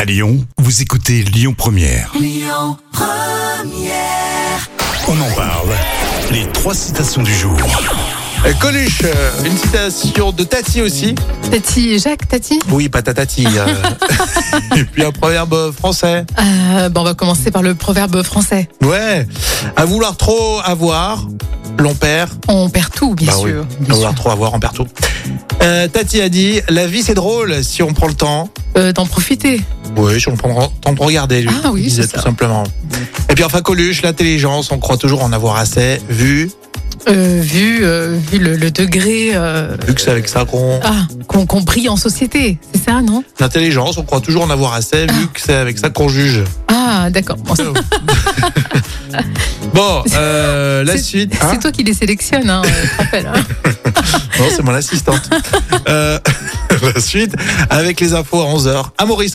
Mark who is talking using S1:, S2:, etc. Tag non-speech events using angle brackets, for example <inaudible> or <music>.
S1: À Lyon, vous écoutez Lyon Première. On en parle. Les trois citations du jour.
S2: Euh, Coluche, euh, une citation de Tati aussi.
S3: Tati, Jacques, Tati
S2: Oui, pas ta Tati.
S3: <laughs>
S2: euh. Et puis un proverbe français.
S3: euh, bon, On va commencer par le proverbe français.
S2: Ouais. À vouloir trop avoir, l'on perd.
S3: On perd tout, bien
S2: Bah oui,
S3: sûr.
S2: À
S3: bien
S2: vouloir
S3: sûr.
S2: trop avoir, on perd tout. Euh, Tati a dit, la vie c'est drôle si on prend le temps.
S3: Euh, D'en profiter.
S2: Oui, si on prend le temps de regarder, lui.
S3: Ah oui,
S2: il disait
S3: c'est
S2: tout
S3: ça.
S2: simplement. Et puis enfin Coluche, l'intelligence, on croit toujours en avoir assez, vu,
S3: Euh, vu euh, vu le, le degré euh,
S2: vu que c'est avec ça qu'on...
S3: ah, qu'on qu'on brille en société, c'est ça, non
S2: L'intelligence, on croit toujours en avoir assez, vu que c'est avec ça qu'on juge.
S3: Ah, d'accord. Bon, c'est
S2: Oh. <laughs> Bon, euh, la suite. hein
S3: c'est toi qui les sélectionnes, hein, je te rappelle. hein.
S2: Non, c'est mon assistante. Euh, <laughs> la suite avec les infos à 11h. À Maurice.